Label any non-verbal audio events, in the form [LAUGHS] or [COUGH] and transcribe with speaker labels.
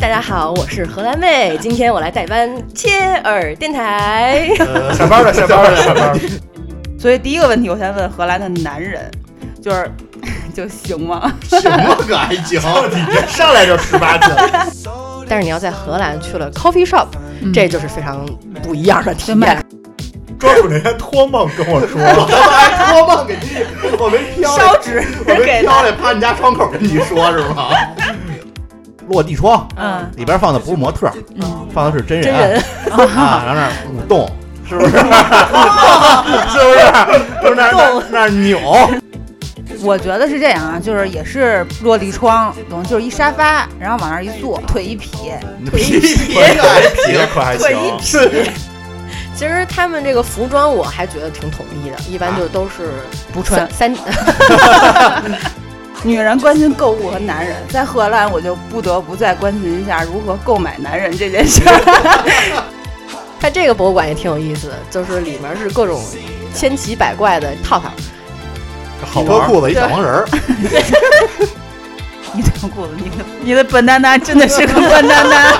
Speaker 1: 大家好，我是荷兰妹，今天我来代班切尔电台。
Speaker 2: [LAUGHS] 下班了，下班了，下班了。
Speaker 3: 所以第一个问题，我先问荷兰的男人，就是 [LAUGHS] 就行吗？
Speaker 4: [LAUGHS] [LAUGHS] 什么个爱情？
Speaker 2: [LAUGHS] 上来就十八禁，
Speaker 1: 但是你要在荷兰去了 coffee shop，、这就是非常 [LAUGHS] 不一样的体
Speaker 3: 对
Speaker 1: 验 [LAUGHS]
Speaker 3: 麦。
Speaker 2: [LAUGHS] 庄主那天托梦跟我说，
Speaker 4: 我他妈还托梦给你，我没飘来，
Speaker 3: 烧纸
Speaker 4: 我没
Speaker 3: 给
Speaker 4: 飘
Speaker 3: 他，
Speaker 4: 来，趴你家窗口跟你说是
Speaker 2: [LAUGHS]
Speaker 4: 吗？
Speaker 2: 落地窗
Speaker 3: 嗯，
Speaker 2: 里边放的不是模特，放的是真
Speaker 1: 真
Speaker 2: 人，
Speaker 1: 人，
Speaker 2: 啊，然后那儿舞动，是不是？是 [LAUGHS] 不是？
Speaker 3: [LAUGHS]
Speaker 2: 就是那儿那儿那儿扭， [LAUGHS]
Speaker 3: 我觉得是这样啊，就是也是落地窗，懂，就是一沙发，然后往那儿一坐，腿一撇，
Speaker 2: 皮皮皮可还行
Speaker 3: 腿，一
Speaker 2: 是
Speaker 1: 其实他们这个服装我还觉得挺统一的，一般就都是
Speaker 3: 不穿
Speaker 1: 三。三 [LAUGHS]
Speaker 3: 女人关心购物和男人，在荷兰我就不得不再关心一下如何购买男人这件 [LAUGHS] 事儿。
Speaker 1: 它这个博物馆也挺有意思的，就是里面是各种千奇百怪的套套。
Speaker 2: 好脱裤子一小黄人儿，
Speaker 3: 你这裤子，你的你的 banana 真的是个 banana。